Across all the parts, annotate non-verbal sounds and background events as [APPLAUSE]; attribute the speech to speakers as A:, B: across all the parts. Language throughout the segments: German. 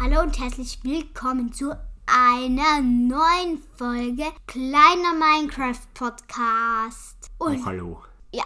A: Hallo und herzlich willkommen zu einer neuen Folge Kleiner Minecraft Podcast. Und
B: Auch hallo.
A: ja,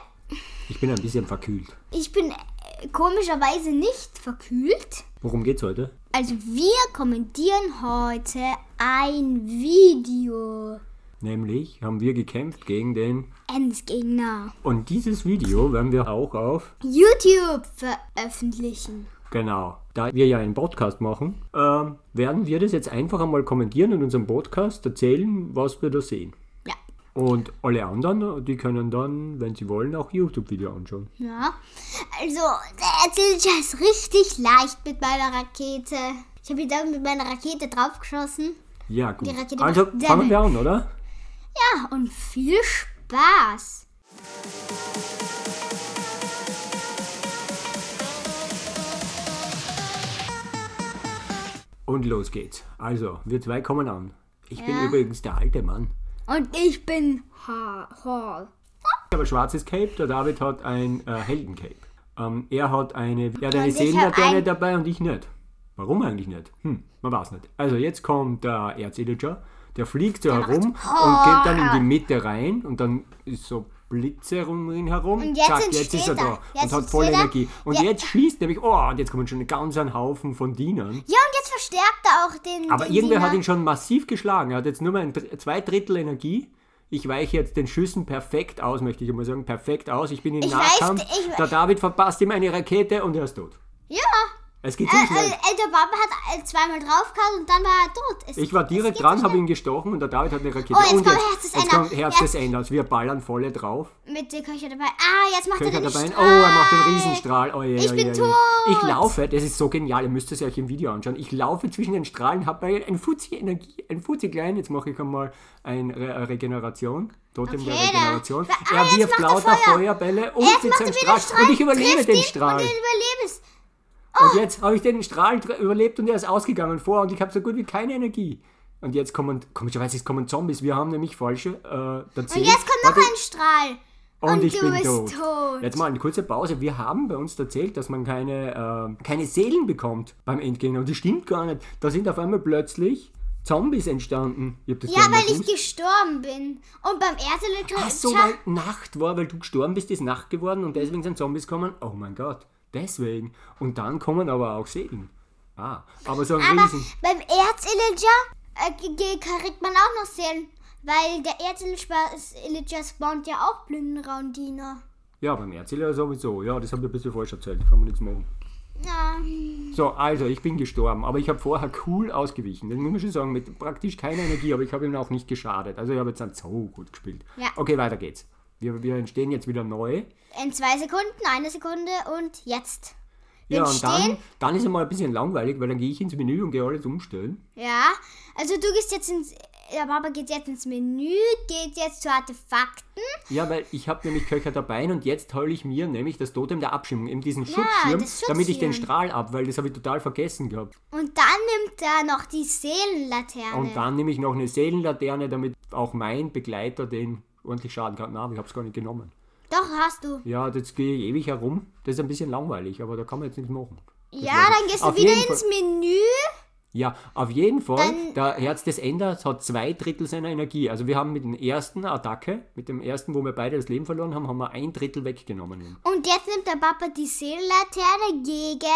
B: Ich bin ein bisschen verkühlt.
A: ich bin äh, komischerweise nicht verkühlt.
B: Worum geht's heute?
A: Also wir kommentieren heute ein Video.
B: Nämlich haben wir gekämpft gegen den.
A: Endgegner.
B: Und dieses Video werden wir auch auf.
A: YouTube veröffentlichen.
B: Genau. Da wir ja einen Podcast machen, ähm, werden wir das jetzt einfach einmal kommentieren in unserem Podcast, erzählen, was wir da sehen.
A: Ja.
B: Und alle anderen, die können dann, wenn sie wollen, auch YouTube-Video anschauen.
A: Ja. Also, der erzählt ich es richtig leicht mit meiner Rakete. Ich habe ihn dann mit meiner Rakete draufgeschossen.
B: Ja, gut.
A: Die Rakete
B: Also
A: macht sehr
B: fangen wir an, oder?
A: Ja, Ah, und viel Spaß.
B: Und los geht's. Also, wir zwei kommen an. Ich bin
A: Ja.
B: übrigens der alte Mann.
A: Und ich bin ha Hall.
B: Ich habe ein schwarzes Cape, der David hat ein äh, Heldencape. Ähm, er hat eine, er hat eine
A: ich hab
B: Seelenlaterne
A: ein-
B: dabei und ich nicht. Warum eigentlich nicht? Hm, man weiß nicht. Also jetzt kommt der Erzvillager, der fliegt so herum und geht dann in die Mitte rein und dann ist so Blitze um ihn herum.
A: Und jetzt
B: Zack, jetzt
A: entsteht
B: ist er
A: er.
B: da
A: Jetzt
B: und hat voll
A: entsteht er.
B: Energie. Und
A: Ja.
B: jetzt schießt nämlich, oh, und jetzt kommen schon einen ganzen Haufen von Dienern.
A: Ja, und jetzt verstärkt er auch den.
B: Aber
A: den
B: irgendwer hat
A: Diener.
B: ihn schon massiv geschlagen. Er hat jetzt nur mal ein, Dr- zwei Drittel Energie. Ich weiche jetzt den Schüssen perfekt aus, möchte ich einmal sagen. Perfekt aus. Ich bin im
A: Ich
B: Nahkampf.
A: weiß, ich-
B: der David verpasst ihm eine Rakete und er ist tot.
A: Ja.
B: Es geht so schnell.
A: Äh, äh, der Papa hat äh, zweimal draufgehauen und dann war er tot. Es-
B: Ich war direkt
A: geht
B: dran,
A: so
B: habe ihn gestochen und der David hat eine Rakete.
A: Oh, jetzt
B: und
A: kommt Herz des
B: jetzt
A: Ender.
B: kommt Herz des Enders. Wir ballern volle drauf.
A: Mit der Köcher dabei. Ah, jetzt macht
B: Köcher
A: er den
B: dabei. Oh,
A: Strahl.
B: er macht den Riesenstrahl. Oh, je,
A: Ich
B: je,
A: bin
B: je, je.
A: tot.
B: Ich laufe, das ist so genial, ihr müsst es euch im Video anschauen. Ich laufe zwischen den Strahlen, habe ein Fuzzi Energie, ein Fuzzi klein. Jetzt mache ich einmal eine Re Regeneration. Totem der
A: Okay, da-
B: Regeneration.
A: Ah, jetzt
B: er
A: macht
B: wirft
A: er
B: lauter
A: Feuer.
B: Feuerbälle und
A: Jetzt
B: mit
A: macht er
B: seinem
A: wieder
B: Strahl.
A: einen Strahl.
B: und ich überlebe
A: trifft
B: den
A: ihn
B: Strahl.
A: Und den Oh. überlebst.
B: Und jetzt habe ich den Strahl dr- überlebt und er ist ausgegangen vor und ich habe so gut wie keine Energie. Und jetzt kommen, komischerweise, jetzt kommen Zombies. Wir haben nämlich falsche äh, der
A: Und
B: Zehn-
A: jetzt kommt noch
B: Warte,
A: ein Strahl.
B: und,
A: Und
B: ich
A: du
B: bin
A: bist
B: tot.
A: tot.
B: Jetzt mal eine kurze Pause. Wir haben bei uns erzählt, dass man keine, äh, keine Seelen bekommt beim Endgegner. Und das stimmt gar nicht. Da sind auf einmal plötzlich Zombies entstanden. Ich hab das
A: Ja,
B: gar nicht
A: weil ich
B: gewusst.
A: gestorben bin. Und beim ersten Elektriker.
B: Ach so, weil Nacht war, weil du gestorben bist, ist Nacht geworden und deswegen sind Zombies kommen. Oh mein Gott, deswegen. Und dann kommen aber auch Seelen. Ah, aber so ein
A: Aber
B: Riesen.
A: beim Erzillager äh, ge- ge- kriegt man auch noch Seelen. Weil der Erzillager spawnt ja auch Plünderer und Diener.
B: Ja, beim Erzähler sowieso. Ja, das habe ich ein bisschen falsch erzählt. Kann man nichts machen.
A: Ja.
B: So, also ich bin gestorben, aber ich habe vorher cool ausgewichen. Das muss man schon sagen, mit praktisch keiner Energie, aber ich habe ihm auch nicht geschadet. Also ich habe jetzt nicht so gut gespielt.
A: Ja.
B: Okay, weiter geht's. Wir, wir entstehen jetzt wieder neu.
A: In zwei Sekunden, eine Sekunde und jetzt.
B: Ja, und
A: Entstehen?
B: dann, dann ist es mal ein bisschen langweilig, weil dann gehe ich ins Menü und gehe alles umstellen.
A: Ja. Also du gehst jetzt ins. Der Papa geht jetzt ins Menü, geht jetzt zu Artefakten.
B: Ja, weil ich habe nämlich Köcher dabei und jetzt hole ich mir nämlich das Totem der Abschirmung, eben diesen Schutzschirm,
A: das
B: damit ich den
A: Schutzschirm.
B: Strahl ab, weil das habe ich total vergessen gehabt.
A: Und dann nimmt er noch die Seelenlaterne.
B: Und dann nehme ich noch eine Seelenlaterne, damit auch mein Begleiter den ordentlich schaden kann. Nein, ich habe es gar nicht genommen.
A: Doch, hast du.
B: Ja, jetzt gehe ich ewig herum. Das ist ein bisschen langweilig, aber da kann man jetzt nichts machen. Das
A: Ja,
B: weiß ich.
A: dann gehst du
B: Auf
A: wieder
B: jeden
A: ins
B: Fall,
A: Menü.
B: Ja, auf jeden Fall,
A: Dann-
B: der Herz des Enders hat zwei Drittel seiner Energie. Also wir haben mit dem ersten Attacke, mit dem ersten, wo wir beide das Leben verloren haben, haben wir ein Drittel weggenommen.
A: Und jetzt nimmt der Papa die Seelenlaterne gegen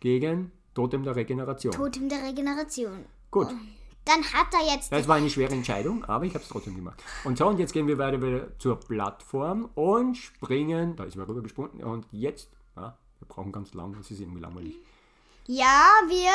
B: Gegen Totem der Regeneration.
A: Totem der Regeneration.
B: Gut,
A: Dann hat er jetzt.
B: das war eine schwere Entscheidung, aber ich habe es trotzdem gemacht. Und so, und jetzt gehen wir weiter wieder zur Plattform und springen. Da ist man rübergesprungen und jetzt, ja, wir brauchen ganz lang, das ist irgendwie langweilig.
A: Ja, wir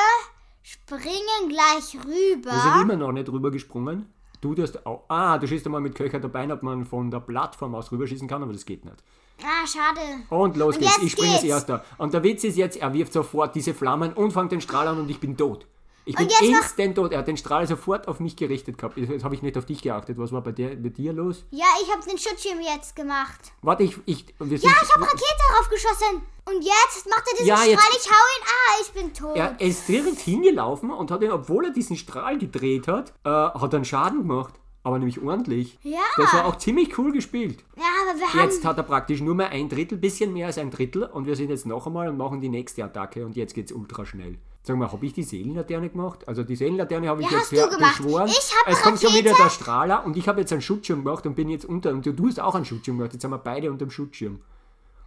A: springen gleich rüber.
B: Wir sind immer noch nicht rübergesprungen. Du darfst auch. Ah, du schießt einmal mit Köcher dabei, ob man von der Plattform aus rüberschießen kann, aber das geht nicht.
A: ah, schade.
B: Und los
A: Und
B: geht's.
A: jetzt
B: Ich springe als
A: geht's.
B: erster. Und der Witz ist jetzt, er wirft sofort diese Flammen und fängt den Strahl an und ich bin tot. Ich bin
A: jetzt noch-
B: instant tot. Er hat den Strahl sofort auf mich gerichtet gehabt. Jetzt habe ich nicht auf dich geachtet. Was war bei dir, bei dir los?
A: Ja, ich habe den Schutzschirm jetzt gemacht.
B: Warte, ich. ich wir sind,
A: Ja, ich habe Rakete draufgeschossen. Und jetzt macht er diesen
B: Ja, jetzt-
A: Strahl. Ich hau ihn. Ah, ich bin tot.
B: er, er ist direkt hingelaufen und hat ihn, obwohl er diesen Strahl gedreht hat, äh, hat einen Schaden gemacht. Aber nämlich ordentlich.
A: Ja.
B: Das war auch ziemlich cool gespielt.
A: ja, aber wir haben.
B: Jetzt hat er praktisch nur mehr ein Drittel, bisschen mehr als ein Drittel und wir sind jetzt noch einmal und machen die nächste Attacke und jetzt geht's ultra schnell. Sag mal, habe ich die Seelenlaterne gemacht? Also die Seelenlaterne habe ich
A: Ja, hast
B: jetzt
A: du
B: be-
A: gemacht.
B: beschworen.
A: Ich hab
B: es kommt schon wieder
A: Rakete.
B: der Strahler und ich habe jetzt einen Schutzschirm gemacht und bin jetzt unter. Und du, du hast auch einen Schutzschirm gemacht. Jetzt sind wir beide unter dem Schutzschirm.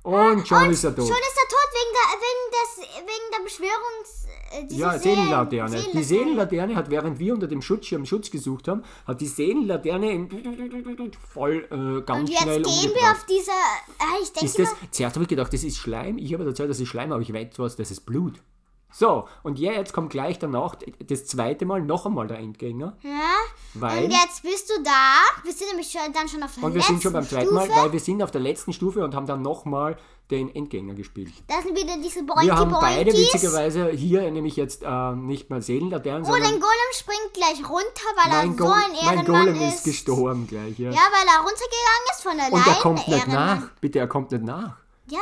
B: Und schon ist er tot.
A: Schon ist er tot wegen der, wegen des, wegen der Beschwörungs... Äh, diese
B: Ja,
A: Seelen-
B: Seelenlaterne. Die
A: Seelenlaterne.
B: Seelenlaterne hat, während wir unter dem Schutzschirm Schutz gesucht haben, hat die Seelenlaterne im- voll äh, ganz
A: Und jetzt
B: schnell
A: gehen wir
B: umgebracht.
A: auf diese... Ah, ich
B: Ist
A: denke
B: das,
A: mal...
B: zuerst habe ich gedacht, das ist Schleim. Ich habe erzählt, das ist Schleim, aber ich weiß was, das ist Blut. So, und ja, jetzt kommt gleich danach das zweite Mal noch einmal der Endgegner.
A: Ja,
B: Weil-
A: Hm. und jetzt bist du da. Wir sind nämlich schon, dann schon auf der
B: Und wir
A: letzten
B: sind schon beim zweiten
A: Stufe.
B: Mal, weil wir sind auf der letzten Stufe und haben dann nochmal den Endgegner gespielt.
A: Da sind wieder diese
B: Wir haben beide
A: Boinky-Boinkies.
B: witzigerweise hier nämlich jetzt äh, nicht mehr Seelenlaternen,
A: Oh,
B: sondern
A: dein Golem springt gleich runter, weil
B: mein,
A: er
B: Go
A: so ein
B: mein
A: Ehrenmann
B: Golem ist gestorben gleich. Ja.
A: Ja, weil er runtergegangen ist von allein.
B: Und er kommt
A: der
B: nicht
A: Ehrenmann.
B: nach. Bitte, er kommt nicht nach.
A: Ja.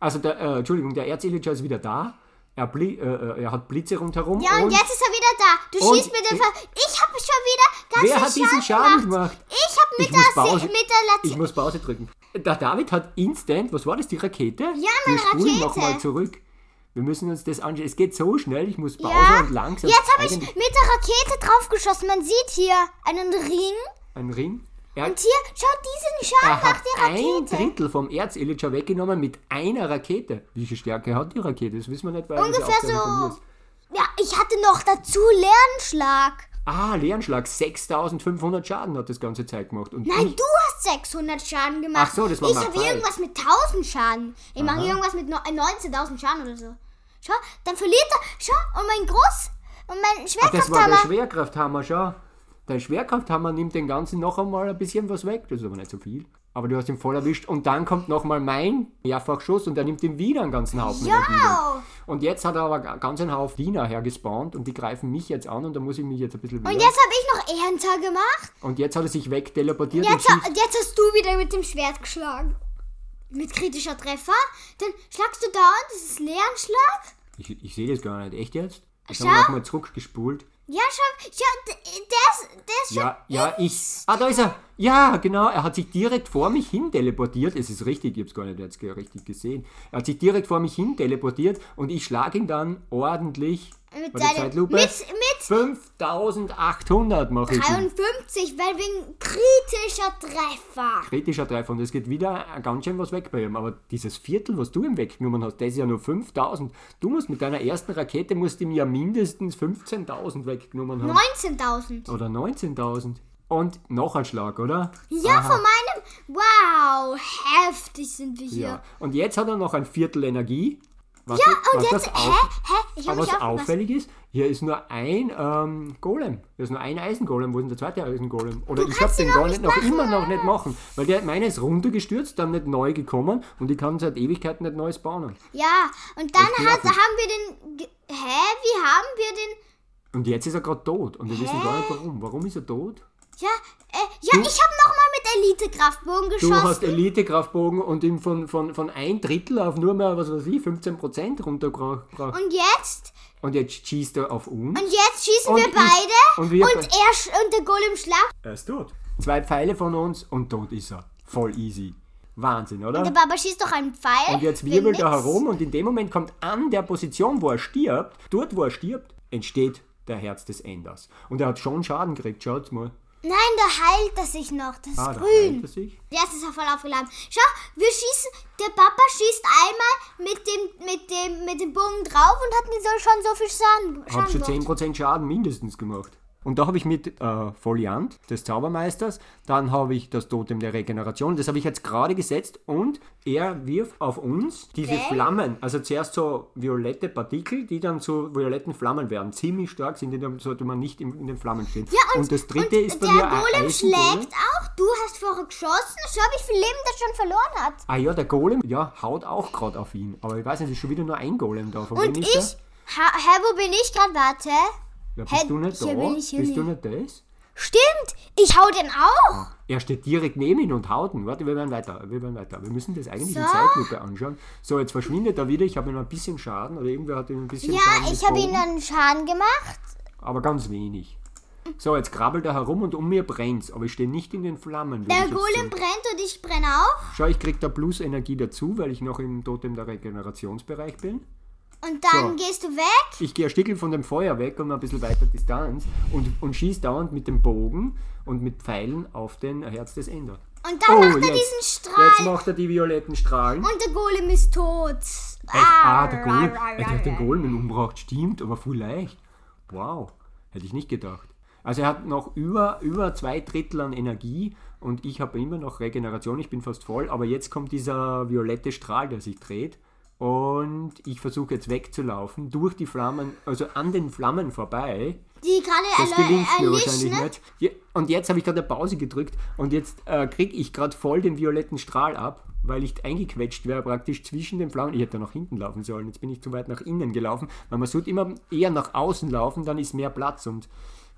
B: Also, der, äh, Entschuldigung, der Erziliger ist wieder da. Er, bli äh, äh, er hat Blitze rundherum.
A: Ja, und, jetzt ist er wieder da. Du
B: und-
A: schießt mit dem Ver Ich habe schon wieder ganz
B: Wer
A: viel
B: hat diesen Schaden gemacht?
A: Ich habe mit,
B: Ich muss
A: der
B: Pause-
A: Se- mit der
B: Ich
A: Laterne.
B: muss Pause drücken. Der David hat instant, was war das, die Rakete? Ja,
A: meine
B: Wir spulen
A: Rakete.
B: nochmal zurück. Wir müssen uns das anschauen. Es geht so schnell, ich muss Pause
A: Ja.
B: und langsam.
A: Jetzt habe ich
B: Eigentlich
A: mit der Rakete draufgeschossen. Man sieht hier einen Ring.
B: Einen Ring. Er,
A: Und hier, schaut diesen Schaden
B: er
A: nach
B: hat
A: der
B: ein
A: Rakete.
B: Drittel vom Erzilliger weggenommen mit einer Rakete. Wie viel Stärke hat die Rakete? Das wissen wir nicht, weil
A: Ungefähr
B: das ja auch keine
A: so.
B: von mir ist.
A: Ja, ich hatte noch dazu Lernschlag.
B: Ah, Lehrenschlag. 6500 Schaden hat das ganze Zeug gemacht. Und
A: Nein,
B: ich,
A: du hast 600 Schaden gemacht.
B: Ach so, das war
A: Ich
B: mein
A: habe
B: Fall.
A: irgendwas mit 1000 Schaden. Ich mache irgendwas mit neun- 19.000 Schaden oder so. Schau, dann verliert er. Schau, und mein Groß und mein
B: das war der
A: Schwerkrafthammer.
B: Schwerkrafthammer, schau. Der Schwerkrafthammer nimmt den ganzen noch einmal ein bisschen was weg. Das ist aber nicht so viel. Aber du hast ihn voll erwischt. Und dann kommt nochmal mein Mehrfachschuss und der nimmt ihm wieder einen ganzen Haufen. Energie weg.
A: Wow.
B: Und jetzt hat er aber ga- ganz einen Haufen Wiener hergespawnt und die greifen mich jetzt an und da muss ich mich jetzt ein bisschen wehren.
A: Und jetzt habe ich noch Enter gemacht.
B: und jetzt hat er sich wegteleportiert und
A: Jetzt,
B: schießt.
A: ha- jetzt hast du wieder mit dem Schwert geschlagen. Mit kritischer Treffer. Dann schlagst du dauernd, das ist Lernschlag.
B: Ich, ich sehe das gar nicht. Echt jetzt? Ich
A: Schau.
B: habe nochmal zurückgespult.
A: Ja, schau, schau, d- der ist, der ist schon
B: Ja, ja, ich. Ah, da ist er. Ja, genau. Er hat sich direkt vor mich hin teleportiert. Es ist richtig, ich habe es gar nicht jetzt ge- richtig gesehen. Er hat sich direkt vor mich hin teleportiert und ich schlage ihn dann ordentlich
A: mit
B: bei der
A: seinem.
B: Zeitlupe.
A: Mit, mit
B: 5800 mache ich ihn.
A: 53, weil wegen kritischer Treffer.
B: Kritischer Treffer und es geht wieder ganz schön was weg bei ihm. Aber dieses Viertel, was du ihm weggenommen hast, das ist ja nur 5000. Du musst mit deiner ersten Rakete, musst ihm ja mindestens 15.000 weggenommen haben.
A: 19.000.
B: Oder 19.000. Und noch ein Schlag, oder?
A: Ja, von meinem. Wow, heftig sind wir hier. Ah,
B: Ja. Und jetzt hat er noch ein Viertel Energie. Was,
A: Und
B: was
A: jetzt.
B: das
A: Hä?
B: auf,
A: Hä? Ich habe
B: aber
A: mich
B: was
A: aufgepasst.
B: auffällig ist, hier ist nur ein ähm, Golem. Hier ist nur ein Eisengolem. Wo ist denn der zweite Eisengolem? Oder ich habe
A: kannst
B: den
A: ihn auch
B: Golem
A: nicht
B: noch
A: machen.
B: immer noch nicht machen. Weil der meine ist runtergestürzt, dann nicht neu gekommen und ich kann seit Ewigkeiten nicht neues bauen.
A: Ja, und dann
B: Echt
A: hat,
B: nervig.
A: haben wir den. ge- Hä? Wie haben wir den.
B: Und jetzt ist er gerade tot und wir wissen gar nicht warum. Warum ist er tot?
A: Ja, äh, ja ich habe nochmal mit Elite-Kraftbogen
B: Du
A: geschossen.
B: hast Elite-Kraftbogen und ihn von, von, von ein Drittel auf nur mehr, was weiß ich, 15% runtergebracht.
A: und jetzt?
B: Und jetzt schießt er auf uns.
A: Und jetzt schießen
B: Und
A: wir
B: ich-
A: beide.
B: und wir-
A: und, er, sch- und der Golem schlagt.
B: Er ist tot. Zwei Pfeile von uns und tot ist er. Voll easy. Wahnsinn, oder?
A: Der Baba schießt doch einen Pfeil.
B: Und jetzt
A: wenn
B: wirbelt er
A: nix-
B: herum und in dem Moment kommt an der Position, wo er stirbt, dort, wo er stirbt, entsteht der Herz des Enders. Und er hat schon Schaden gekriegt, schaut mal.
A: Nein, da heilt er sich noch. Das ist
B: Ah, da
A: grün.
B: heilt er sich.
A: Jetzt ist er voll aufgeladen. Schau, wir schießen. Der Papa schießt einmal mit dem, mit dem, mit dem Bogen drauf und hat mir so, schon so viel Schaden.
B: Hab schon
A: Schaden gemacht.
B: 10% Schaden mindestens gemacht. Und da habe ich mit äh, Foliant des Zaubermeisters, dann habe ich das Totem der Regeneration, das habe ich jetzt gerade gesetzt und er wirft auf uns diese Flammen, also zuerst so violette Partikel, die dann zu violetten Flammen werden. Ziemlich stark sind, die, dann sollte man nicht in, in den Flammen stehen.
A: Ja, und,
B: das dritte
A: und
B: ist bei
A: der
B: mir äh, ein
A: Golem
B: Eisengolem.
A: schlägt auch. Du hast vorher geschossen. Schau, wie viel Leben das schon verloren hat.
B: Ah ja, der Golem, ja, haut auch gerade auf ihn. Aber ich weiß nicht, es ist schon wieder nur ein Golem da. Von
A: Und
B: wem
A: ich.
B: ist
A: Ha, hä, wo bin ich gerade? Warte.
B: der? Ja, bist
A: hä,
B: du nicht da?
A: hier bin ich hier
B: bist du nicht das?
A: Stimmt, ich hau den auch.
B: Er steht direkt neben ihn und haut ihn. Warte, wir werden weiter. Wir werden weiter. Wir müssen das eigentlich in
A: So.
B: Zeitlupe anschauen. So, jetzt verschwindet er wieder. Ich habe ihm ein bisschen Schaden oder irgendwer hat ihm ein bisschen Schaden.
A: Ja, ich habe ihm
B: gezogen,
A: dann Schaden gemacht.
B: Aber ganz wenig. So, jetzt krabbelt er herum und um mir brennt's. Aber ich stehe nicht in den Flammen. würde
A: Der
B: ich jetzt
A: Golem
B: sagen.
A: brennt und ich brenne auch.
B: Schau, ich krieg da Plus Energie dazu, weil ich noch im Totem der Regenerationsbereich bin.
A: Und dann
B: So.
A: gehst du weg.
B: Ich gehe ein Stückchen von dem Feuer weg, um ein bisschen weiter Distanz und, und schieße dauernd mit dem Bogen und mit Pfeilen auf den Herz des Ender.
A: Und dann
B: Oh,
A: macht er
B: jetzt.
A: diesen
B: Jetzt
A: Strahl.
B: macht er die violetten Strahlen.
A: Und der Golem ist tot.
B: Echt? Ah, der Golem.
A: rar,
B: Er
A: rar,
B: hat den
A: rar.
B: Golem umgebracht, stimmt, aber voll leicht. Wow, hätte ich nicht gedacht. Also er hat noch über, über zwei Drittel an Energie und ich habe immer noch Regeneration, ich bin fast voll, aber jetzt kommt dieser violette Strahl, der sich dreht und ich versuche jetzt wegzulaufen, durch die Flammen, also an den Flammen vorbei.
A: Die gerade
B: Das gelingt
A: erlö-
B: mir
A: erlischt,
B: wahrscheinlich
A: ne?
B: nicht. Ja, und jetzt habe ich gerade eine Pause gedrückt und jetzt äh, kriege ich gerade voll den violetten Strahl ab, weil ich eingequetscht wäre praktisch zwischen den Flammen. Ich hätte nach hinten laufen sollen, jetzt bin ich zu weit nach innen gelaufen, weil man sollte immer eher nach außen laufen, dann ist mehr Platz und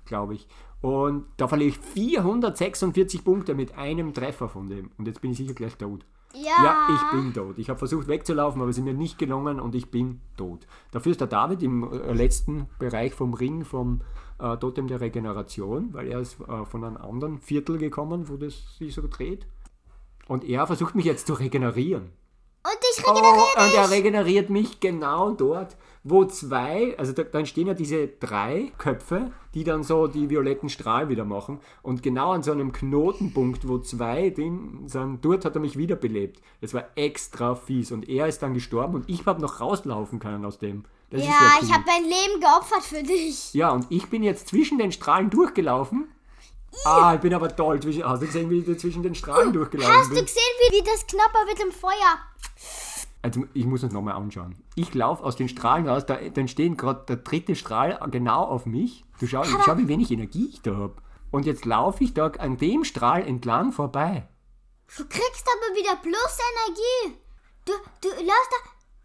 B: glaube ich. Und da verliere ich 446 Punkte mit einem Treffer von dem. Und jetzt bin ich sicher gleich tot.
A: Ja.
B: Ja, ich bin tot. Ich habe versucht wegzulaufen, aber es ist mir nicht gelungen und ich bin tot. Dafür ist der David im äh, letzten Bereich vom Ring vom äh, Totem der Regeneration, weil er ist äh, von einem anderen Viertel gekommen, wo das sich so dreht. Und er versucht mich jetzt zu regenerieren.
A: Und ich
B: Oh,
A: regeneriere
B: und er regeneriert mich genau dort, wo zwei, also da, dann stehen ja diese drei Köpfe, die dann so die violetten Strahl wieder machen. Und genau an so einem Knotenpunkt, wo zwei drin sind, dort hat er mich wieder belebt. Das war extra fies. Und er ist dann gestorben und ich habe noch rauslaufen können aus dem. Das ist
A: Ja,
B: cool.
A: ich habe mein Leben geopfert für dich.
B: Ja, und ich bin jetzt zwischen den Strahlen durchgelaufen. Ah, ich bin aber toll. Zwischen, hast du gesehen, wie ich da zwischen den Strahlen durchgelaufen
A: Hm, Hast
B: bin?
A: du gesehen, wie, wie das Knopper mit dem Feuer?
B: Also ich muss das nochmal anschauen. Ich laufe aus den Strahlen raus, da, dann stehen gerade der dritte Strahl genau auf mich. Du schau, schau wie wenig Energie ich da habe. Und jetzt laufe ich da an dem Strahl entlang vorbei.
A: Du kriegst aber wieder bloß Energie. Du, du läufst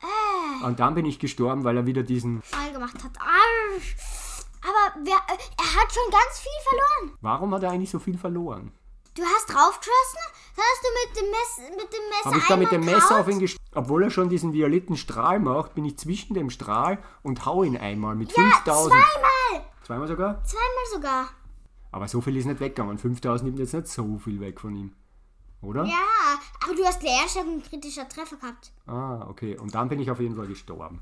A: da äh,
B: Und dann bin ich gestorben, weil er wieder diesen...
A: voll gemacht hat. Arsch. Aber wer, äh, er hat schon ganz viel verloren.
B: Warum hat er eigentlich so viel verloren?
A: Du hast draufgeschossen, dann hast du mit dem, Mess, mit dem Messer
B: Habe ich da mit dem
A: einmal
B: Messer
A: gehauen.
B: auf ihn gestoßen? Obwohl er schon diesen violetten Strahl macht, bin ich zwischen dem Strahl und hau ihn einmal mit
A: Ja,
B: 5000.
A: zweimal.
B: Zweimal sogar?
A: Zweimal sogar.
B: Aber so viel ist nicht weggegangen. 5000 nimmt jetzt nicht so viel weg von ihm. Oder?
A: Ja, aber du hast Leerschlag und kritischer Treffer gehabt.
B: Ah, okay. Und dann bin ich auf jeden Fall gestorben.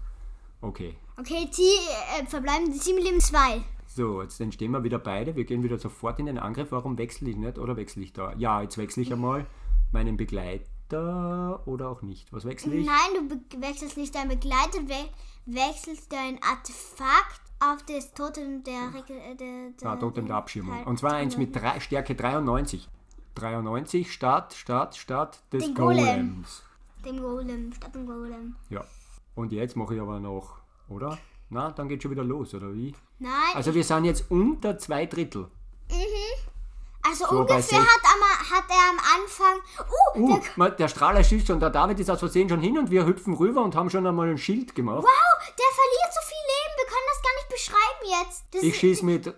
B: Okay.
A: Okay, die äh, verbleiben die Teamleben 2.
B: So, jetzt entstehen wir wieder beide. Wir gehen wieder sofort in den Angriff. Warum wechsle ich nicht? Oder wechsle ich da? Ja, jetzt wechsle ich einmal meinen Begleiter oder auch nicht. Was wechsle ich?
A: Nein, du be- wechselst nicht dein Begleiter, we wechselst dein Artefakt auf das Totem der... Reg- äh, der, der
B: Ah, Totem der Abschirmung.
A: Halt-
B: Und zwar eins mit drei, Stärke 93. 93 statt, statt, statt des
A: Den Golem.
B: Golems.
A: Also Dem Golem, statt dem Golem.
B: Ja. Und jetzt mache ich aber noch, oder? Na, dann geht schon wieder los, oder wie?
A: Nein, also,
B: Also wir sind jetzt unter zwei Drittel. bei
A: Also ungefähr
B: sech-
A: hat, am, hat er am Anfang... Uh,
B: Uh,
A: Der,
B: ma- der Strahler schießt schon, der David ist aus Versehen schon hin und wir hüpfen rüber und haben schon einmal ein Schild gemacht.
A: wow, der verliert so viel Leben, wir können das gar nicht beschreiben jetzt. Das
B: Ich schieße mit
A: Ja, wir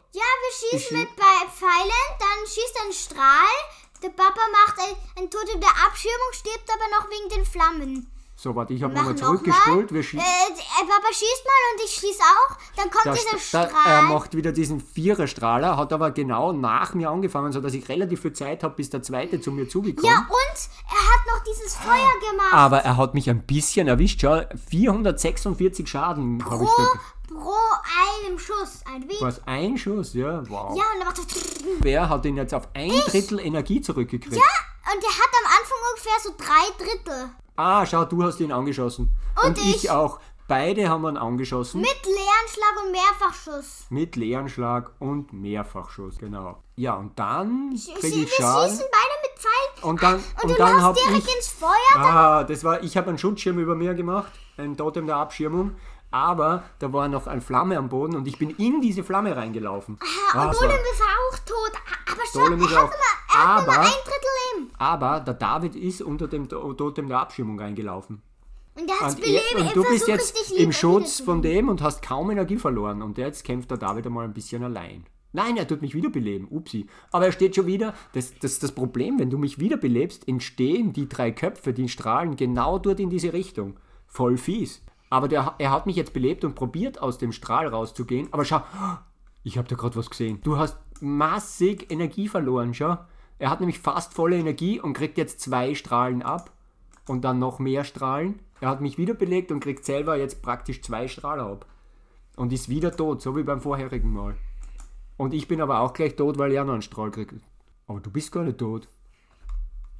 B: Ich schie-
A: schießen mit bei Pfeilen, dann schießt ein Strahl. Der Papa macht ein, ein Totem der Abschirmung, stirbt aber noch wegen den Flammen.
B: So, warte, ich habe
A: Mach
B: nochmal
A: nochmal.
B: zurückgespult. Wir schie-
A: Äh, d- äh, Papa schießt mal und ich schieß auch. Dann kommt
B: Der
A: dieser
B: Sta-
A: Strahl.
B: er macht wieder diesen Viererstrahler, hat aber genau nach mir angefangen, sodass ich relativ viel Zeit habe, bis der zweite zu mir zugekommen.
A: ja, und er hat noch dieses Feuer gemacht.
B: Ah, Aber er hat mich ein bisschen erwischt, schau, 446 Schaden habe ich
A: pro,
B: gekriegt.
A: pro einem Schuss. Ein Wink.
B: Was, ein Schuss? Ja, wow.
A: Ja, und er macht so. [LAUGHS] Und
B: Wer hat ihn jetzt auf ein Drittel Energie zurückgekriegt?
A: er hat am Anfang ungefähr so drei Drittel.
B: Ah, schau, du hast ihn angeschossen.
A: Und
B: ich.
A: ich.
B: auch. Beide haben ihn angeschossen.
A: Mit Leeranschlag und Mehrfachschuss.
B: Mit Leeranschlag und Mehrfachschuss, genau. Ja, und dann kriege
A: Sie-
B: ich
A: wir
B: Schaden.
A: schießen beide mit Pfeilen.
B: Und dann,
A: Und,
B: und
A: du
B: dann habe
A: läufst direkt
B: ich.
A: ins Feuer.
B: Ah, das war, ich habe einen Schutzschirm über mir gemacht, ein Totem der Abschirmung, aber da war noch eine Flamme am Boden und ich bin in diese Flamme reingelaufen.
A: Ja,
B: Ah,
A: und
B: so.
A: Golem Äh, ist auch tot. A- Aber schau,
B: Golem ist
A: er hat,
B: auch-
A: nur, er hat nur
B: aber-
A: ein Drittel Leben.
B: Aber der David ist unter dem To- Totem der Abschirmung reingelaufen.
A: Und er hat
B: Und, er,
A: belebt.
B: und du bist jetzt im Schutz
A: von
B: von dem und hast kaum Energie verloren. Und jetzt kämpft der David einmal ein bisschen allein. Nein, er tut mich wiederbeleben. Upsi. Aber er steht schon wieder. Das, das ist das Problem. Wenn du mich wiederbelebst, entstehen die drei Köpfe, die strahlen genau dort in diese Richtung. Voll fies. Aber der, er hat mich jetzt belebt und probiert, aus dem Strahl rauszugehen. Aber schau, ich habe da gerade was gesehen. Du hast massig Energie verloren, schau. Er hat nämlich fast volle Energie und kriegt jetzt zwei Strahlen ab und dann noch mehr Strahlen. Er hat mich wieder belegt und kriegt selber jetzt praktisch zwei Strahler ab. Und ist wieder tot, so wie beim vorherigen Mal. Und ich bin aber auch gleich tot, weil ich auch noch einen Strahl kriege. Aber du bist gar nicht tot.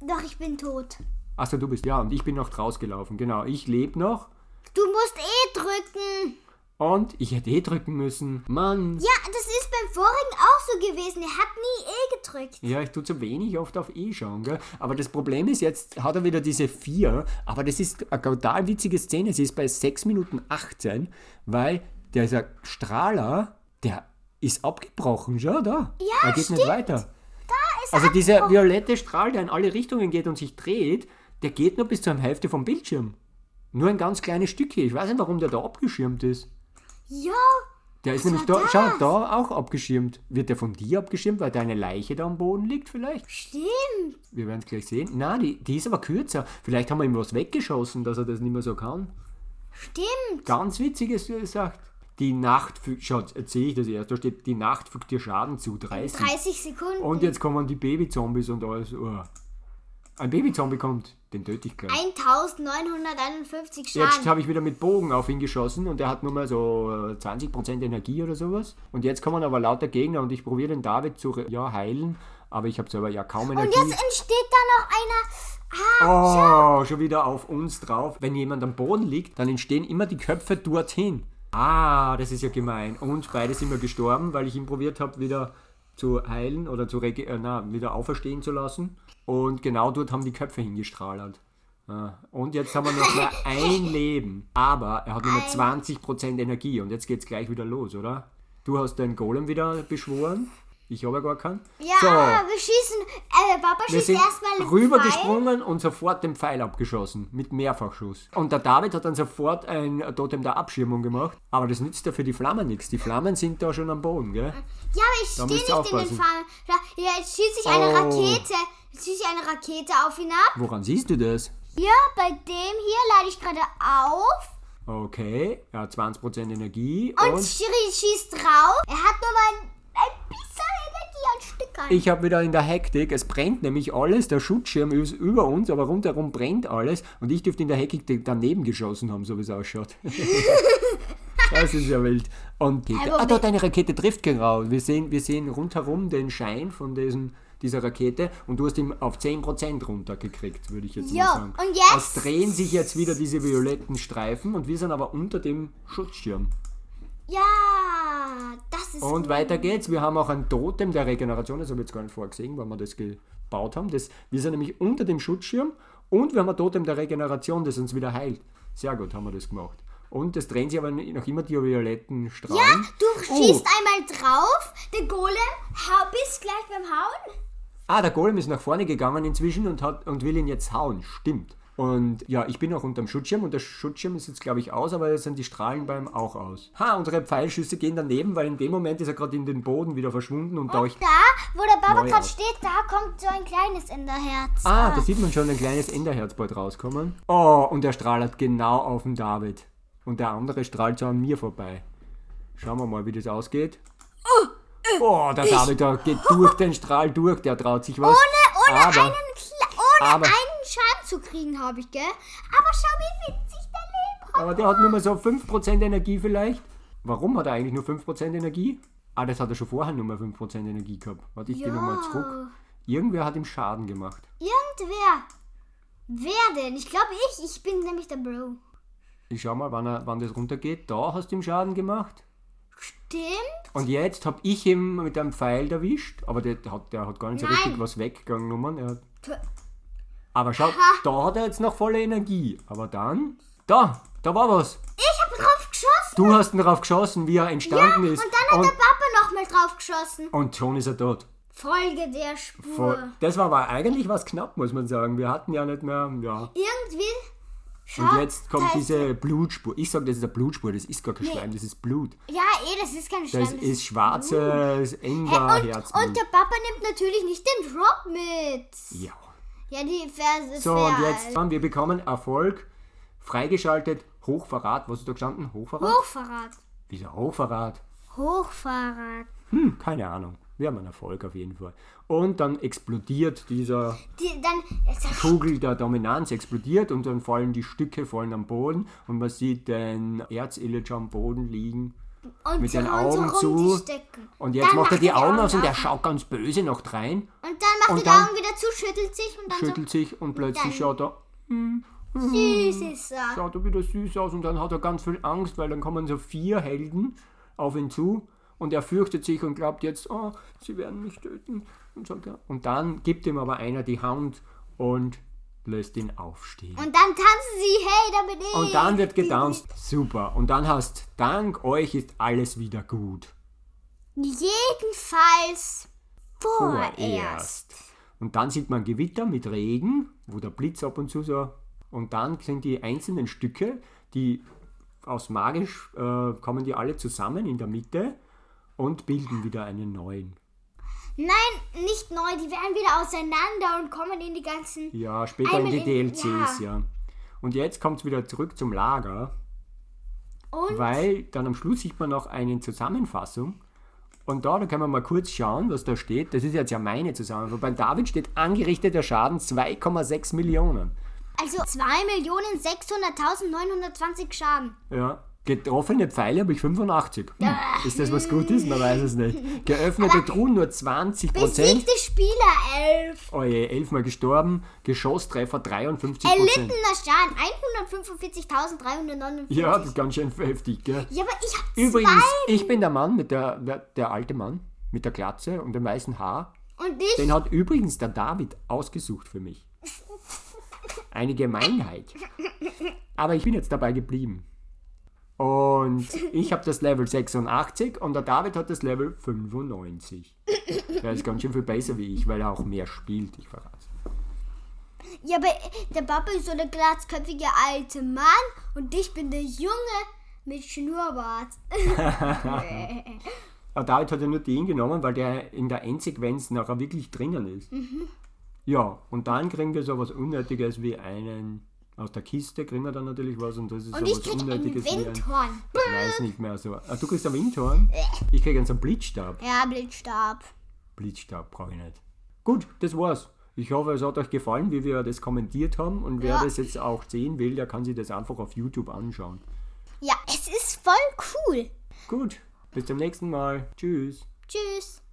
A: Doch, ich bin tot.
B: Achso, du bist, ja, und ich bin noch rausgelaufen. Genau, ich lebe noch
A: Du musst eh drücken.
B: und ich hätte eh drücken müssen. Mann.
A: Ja, das ist beim vorigen auch so gewesen. Er hat nie eh gedrückt.
B: Ja, ich tue zu wenig oft auf E schauen, gell? Aber das Problem ist, jetzt hat er wieder diese 4, aber das ist eine total witzige Szene. Sie ist bei 6 Minuten 18, weil dieser Strahler, der ist abgebrochen, schau da. Ja, er geht nicht weiter.
A: Da ist
B: Also
A: er.
B: dieser violette Strahl, der in alle Richtungen geht und sich dreht, der geht nur bis zur Hälfte vom Bildschirm. Nur ein ganz kleines Stückchen. Ich weiß nicht, warum der da abgeschirmt ist.
A: Ja,
B: Der ist nämlich
A: war
B: da, schau, da auch abgeschirmt. Wird der von dir abgeschirmt, weil deine Leiche da am Boden liegt vielleicht?
A: stimmt.
B: Wir werden es gleich sehen. Nein, die, die ist aber kürzer. Vielleicht haben wir ihm was weggeschossen, dass er das nicht mehr so kann.
A: Stimmt.
B: Ganz witziges äh, sagt. Die Nacht fügt, schaut, jetzt sehe ich das erst, da steht, die Nacht fügt dir Schaden zu, 30.
A: 30 Sekunden.
B: Und jetzt kommen die Babyzombies und alles. Oh. Ein Babyzombie kommt, den töte ich gleich.
A: 1951
B: Jetzt
A: Schaden.
B: habe ich wieder mit Bogen auf ihn geschossen und er hat nur mal so äh, 20% Energie oder sowas. Und jetzt kommen aber lauter Gegner und ich probiere den David zu re- ja, heilen, aber ich habe selber ja kaum Energie.
A: Und jetzt entsteht da noch einer. Ah,
B: oh, schon wieder auf uns drauf. Wenn jemand am Boden liegt, dann entstehen immer die Köpfe dorthin. Ah, das ist ja gemein. Und beide sind wir gestorben, weil ich ihn probiert habe, wieder zu heilen oder zu rege äh, na, wieder auferstehen zu lassen. Und genau dort haben die Köpfe hingestrahlert. Ah, Und jetzt haben wir noch mal ein Leben. Aber er hat nur noch 20% Energie. Und jetzt geht's gleich wieder los, oder? Du hast deinen Golem wieder beschworen. Ich habe ja gar keinen.
A: ja,
B: so,
A: wir schießen. Äh, Papa
B: wir
A: schießt
B: sind
A: erstmal den Pfeil.
B: rübergesprungen und sofort den Pfeil abgeschossen mit Mehrfachschuss. Und der David hat dann sofort ein Totem der Abschirmung gemacht. Aber das nützt ja für die Flammen nichts. Die Flammen sind da schon am Boden, gell?
A: Ja, aber ich stehe
B: müsst
A: nicht
B: ihr
A: in den
B: aufpassen.
A: Farben. Ja, ja, jetzt schießt sich eine
B: Oh.
A: Rakete. Jetzt schießt sich eine Rakete auf ihn ab.
B: Woran siehst du das?
A: Hier, bei dem hier lade ich gerade auf.
B: Okay, er hat 20% Energie
A: Und,
B: und,
A: Shiri schießt drauf. Er hat nur mal ein, ein bisschen Energie an Stückern.
B: ich habe wieder in der Hektik, es brennt nämlich alles, der Schutzschirm ist über uns, aber rundherum brennt alles und ich dürfte in der Hektik daneben geschossen haben, so wie
A: [LAUGHS]
B: es ausschaut. das ist ja wild. Und geht,
A: Aber
B: ah, da deine Rakete trifft genau. Wir sehen, wir sehen rundherum den Schein von diesem, dieser Rakete und du hast ihn auf 10% runtergekriegt, würde ich jetzt
A: Jo,
B: mal sagen.
A: und jetzt?
B: Es drehen sich jetzt wieder diese violetten Streifen und wir sind aber unter dem Schutzschirm.
A: ja, das ist
B: Und weiter geht's. Wir haben auch ein Totem der Regeneration, das habe ich jetzt gar nicht vorgesehen, weil wir das gebaut haben. Das, wir sind nämlich unter dem Schutzschirm und wir haben ein Totem der Regeneration, das uns wieder heilt. Sehr gut haben wir das gemacht. Und das drehen sich aber noch immer die violetten Strahlen.
A: Ja, du
B: Oh.
A: schießt einmal drauf. Der Golem hau- bist gleich beim Hauen.
B: Ah, der Golem ist nach vorne gegangen inzwischen und, hat, und will ihn jetzt hauen. Stimmt. Und ja, ich bin auch unterm Schutzschirm und der Schutzschirm ist jetzt, glaube ich, aus, aber jetzt sind die Strahlen beim auch aus. Ha, unsere Pfeilschüsse gehen daneben, weil in dem Moment ist er gerade in den Boden wieder verschwunden und taucht
A: Da, wo der Papa
B: Neu
A: gerade
B: auf.
A: steht, da kommt so ein kleines Enderherz.
B: Ah, da sieht man schon ein kleines Enderherz bald rauskommen. Oh, und der Strahl hat genau auf den David. Und der andere strahlt so an mir vorbei. Schauen wir mal, wie das ausgeht.
A: äh,
B: Oh, der David da geht durch den Strahl durch, der traut sich was.
A: Ohne, ohne,
B: aber,
A: einen, Kle- ohne
B: aber-
A: einen Schaden zu kriegen, habe ich, gell? Aber schau, wie witzig der Leben hat.
B: aber der hat nur mal so 5% Energie vielleicht. Warum hat er eigentlich nur 5% Energie? Ah, das hat er schon vorher nur mal 5% Energie gehabt. Warte, ich geh gehe nochmal
A: Ja.
B: zurück. Irgendwer hat ihm Schaden gemacht.
A: Irgendwer. Wer denn? Ich glaube ich. Ich bin nämlich der Bro.
B: Ich schau mal, wann, er, wann das runtergeht. Da hast du ihm Schaden gemacht.
A: Stimmt?
B: Und jetzt habe ich ihn mit einem Pfeil erwischt, aber der hat, der hat gar nicht so
A: Nein.
B: richtig was weggegangen. Er hat,
A: Tu-
B: aber schau, da hat er jetzt noch volle Energie. Aber dann, da, da war was.
A: Ich habe drauf geschossen.
B: Du hast ihn drauf geschossen, wie er entstanden
A: und
B: ist.
A: dann hat
B: und,
A: der Papa nochmal drauf geschossen.
B: und schon ist er tot.
A: Folge der Spur.
B: Voll. Das war aber eigentlich was knapp, muss man sagen. Wir hatten ja nicht mehr, ja.
A: Irgendwie. Schau,
B: Und jetzt kommt
A: da ist-
B: diese Blutspur. Ich sage, das ist eine Blutspur, das ist gar kein Schleim, das ist Blut.
A: Ja, eh, das ist kein Schleim.
B: Das ist schwarzes
A: Hä, und,
B: Enderherz.
A: und der Papa nimmt natürlich nicht den Drop mit.
B: Ja.
A: Ja, die Verse.
B: So, und jetzt haben wir bekommen Erfolg, freigeschaltet, Hochverrat. Was ist da gestanden? Hochverrat?
A: Hochverrat.
B: Wieso Hochverrat?
A: Hochverrat.
B: Hm, keine Ahnung. Wir haben einen Erfolg auf jeden Fall. Und dann explodiert dieser
A: Die, dann,
B: Kugel der Dominanz, explodiert und dann fallen die Stücke fallen am Boden und man sieht den Erzillage am Boden liegen.
A: und
B: Mit
A: so
B: den
A: rum, so
B: Augen
A: rum
B: zu.
A: Die stecken.
B: Und jetzt
A: Dann
B: macht er die Augen aus und er
A: auf.
B: schaut ganz böse noch drein,
A: Und dann macht er
B: und
A: die
B: dann-
A: Augen wieder zu, schüttelt sich und dann
B: schüttelt sich und plötzlich
A: Also, dann- so
B: schaut er,
A: süßes Sachen.
B: schaut er wieder süß aus und dann hat er ganz viel Angst, weil dann kommen so vier Helden auf ihn zu und er fürchtet sich und glaubt jetzt, oh, sie werden mich töten. Und, sagt er, und dann gibt ihm aber einer die Hand und lässt ihn aufstehen.
A: Und dann tanzen sie, hey, da bin ich.
B: Und dann wird gedanced. Super. Und dann hast, dank euch ist alles wieder gut.
A: Jedenfalls vorerst.
B: Und dann sieht man Gewitter mit Regen, wo der Blitz ab und zu so. Und dann sind die einzelnen Stücke, die aus magisch äh, kommen die alle zusammen in der Mitte und bilden wieder einen neuen.
A: Nein, nicht neu, die werden wieder auseinander und kommen in die ganzen.
B: Ja, später
A: Einmal
B: in die
A: in-
B: DLCs, ja. Und jetzt kommt es wieder zurück zum Lager,
A: Und
B: weil dann am Schluss sieht man noch eine Zusammenfassung. Und da, da können wir mal kurz schauen, was da steht. Das ist jetzt ja meine Zusammenfassung. Bei David steht angerichteter Schaden 2,6 Millionen.
A: also 2.600.920 Schaden.
B: Ja. Getroffene Pfeile habe ich 85. Hm. Ist das was Gutes? Man weiß es nicht. Geöffnete Truhen nur 20 Prozent.
A: Besiegte Spieler 11.
B: Oh je, 11 Mal gestorben. Geschosstreffer 53 Prozent.
A: Erlittener Schaden 145.349.
B: Ja, das ist ganz schön heftig, gell?
A: Ja, aber ich hab
B: Übrigens,
A: zwei.
B: ich bin der Mann mit der, der, der alte Mann mit der Glatze und dem weißen Haar.
A: Und ich.
B: Den hat übrigens der David ausgesucht für mich. Eine Gemeinheit. Aber ich bin jetzt dabei geblieben. Und ich habe das Level 86 und der David hat das Level 95. Der ist ganz schön viel besser wie ich, weil er auch mehr spielt, ich verrate.
A: Ja, aber der Papa ist so der glatzköpfige alte Mann und ich bin der Junge mit Schnurrbart.
B: Aber David hat ja nur den genommen, weil der in der Endsequenz nachher wirklich drinnen ist. Ja, und dann kriegen wir so was Unnötiges wie einen. Aus der Kiste kriegen wir dann natürlich was und das ist
A: Und
B: so
A: ich
B: was
A: krieg ein
B: Unnötiges wie ein.
A: Windhorn.
B: Ich weiß nicht mehr so. Ah, du kriegst einen Windhorn? Ich krieg einen so einen Blitzstab.
A: Ja, Blitzstab.
B: Blitzstab brauche ich nicht. Gut, das war's. Ich hoffe, es hat euch gefallen, wie wir das kommentiert haben. Und wer
A: Ja.
B: das jetzt auch sehen will, der kann sich das einfach auf YouTube anschauen.
A: Ja, es ist voll cool.
B: Gut, bis zum nächsten Mal. Tschüss.
A: Tschüss.